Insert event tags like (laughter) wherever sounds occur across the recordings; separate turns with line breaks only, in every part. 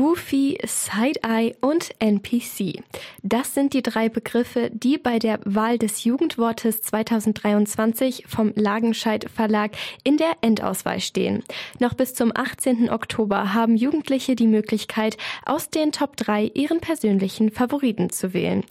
Goofy, Side-Eye und NPC. Das sind die drei Begriffe, die bei der Wahl des Jugendwortes 2023 vom Lagenscheidt Verlag in der Endauswahl stehen. Noch bis zum 18. Oktober haben Jugendliche die Möglichkeit, aus den Top 3 ihren persönlichen Favoriten zu wählen.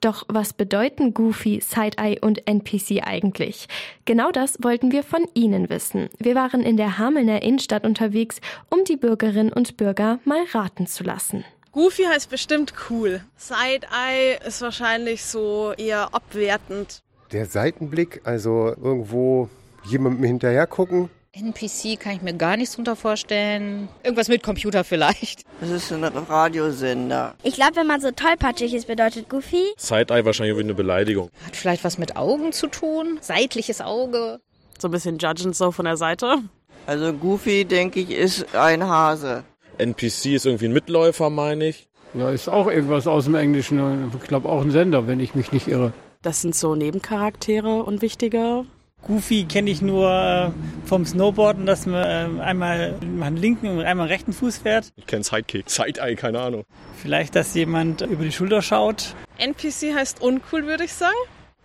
Doch was bedeuten Goofy, Side-Eye und NPC eigentlich? Genau das wollten wir von Ihnen wissen. Wir waren in der Hamelner Innenstadt unterwegs, um die Bürgerinnen und Bürger mal raten zu lassen.
Goofy heißt bestimmt cool. Side-Eye ist wahrscheinlich so eher abwertend.
Der Seitenblick, also irgendwo jemandem hinterher gucken.
NPC kann ich mir gar nichts drunter vorstellen. Irgendwas mit Computer vielleicht. (laughs)
Es ist ein Radiosender.
Ich glaube, wenn man so tollpatschig ist, bedeutet Goofy.
Side-Eye wahrscheinlich eine Beleidigung.
Hat vielleicht was mit Augen zu tun? Seitliches Auge.
So ein bisschen judgend so von der Seite.
Also Goofy, denke ich, ist ein Hase.
NPC ist irgendwie ein Mitläufer, meine ich.
Ja, ist auch irgendwas aus dem Englischen. Ich glaube auch ein Sender, wenn ich mich nicht irre.
Das sind so Nebencharaktere und wichtige.
Goofy kenne ich nur äh, vom Snowboarden, dass man ähm, einmal einen linken und einmal einen rechten Fuß fährt.
Ich kenne Sidekick, Side-Eye, keine Ahnung.
Vielleicht, dass jemand über die Schulter schaut.
NPC heißt uncool, würde ich sagen.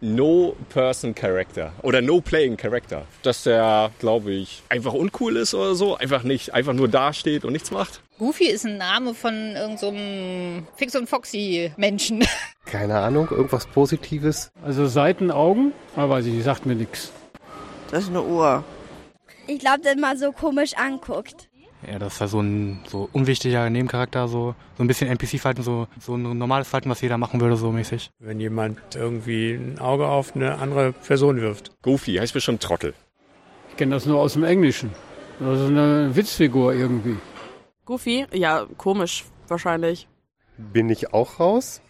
No Person Character oder No Playing Character. Dass der, glaube ich, einfach uncool ist oder so, einfach nicht, einfach nur dasteht und nichts macht.
Goofy ist ein Name von irgendeinem so Fix und Foxy (laughs) Menschen.
Keine Ahnung, irgendwas Positives.
Also Seitenaugen, aber weiß ich, die sagt mir nichts.
Das ist eine Uhr.
Ich glaube, dass man so komisch anguckt.
Ja, das ist ja so ein so unwichtiger Nebencharakter, so, so ein bisschen NPC-Verhalten, so, so ein normales Verhalten, was jeder machen würde, so mäßig.
Wenn jemand irgendwie ein Auge auf eine andere Person wirft.
Goofy heißt bestimmt Trottel.
Ich kenne Genau, das nur aus dem Englischen. Das ist eine Witzfigur irgendwie.
Goofy? Ja, komisch wahrscheinlich.
Bin ich auch raus?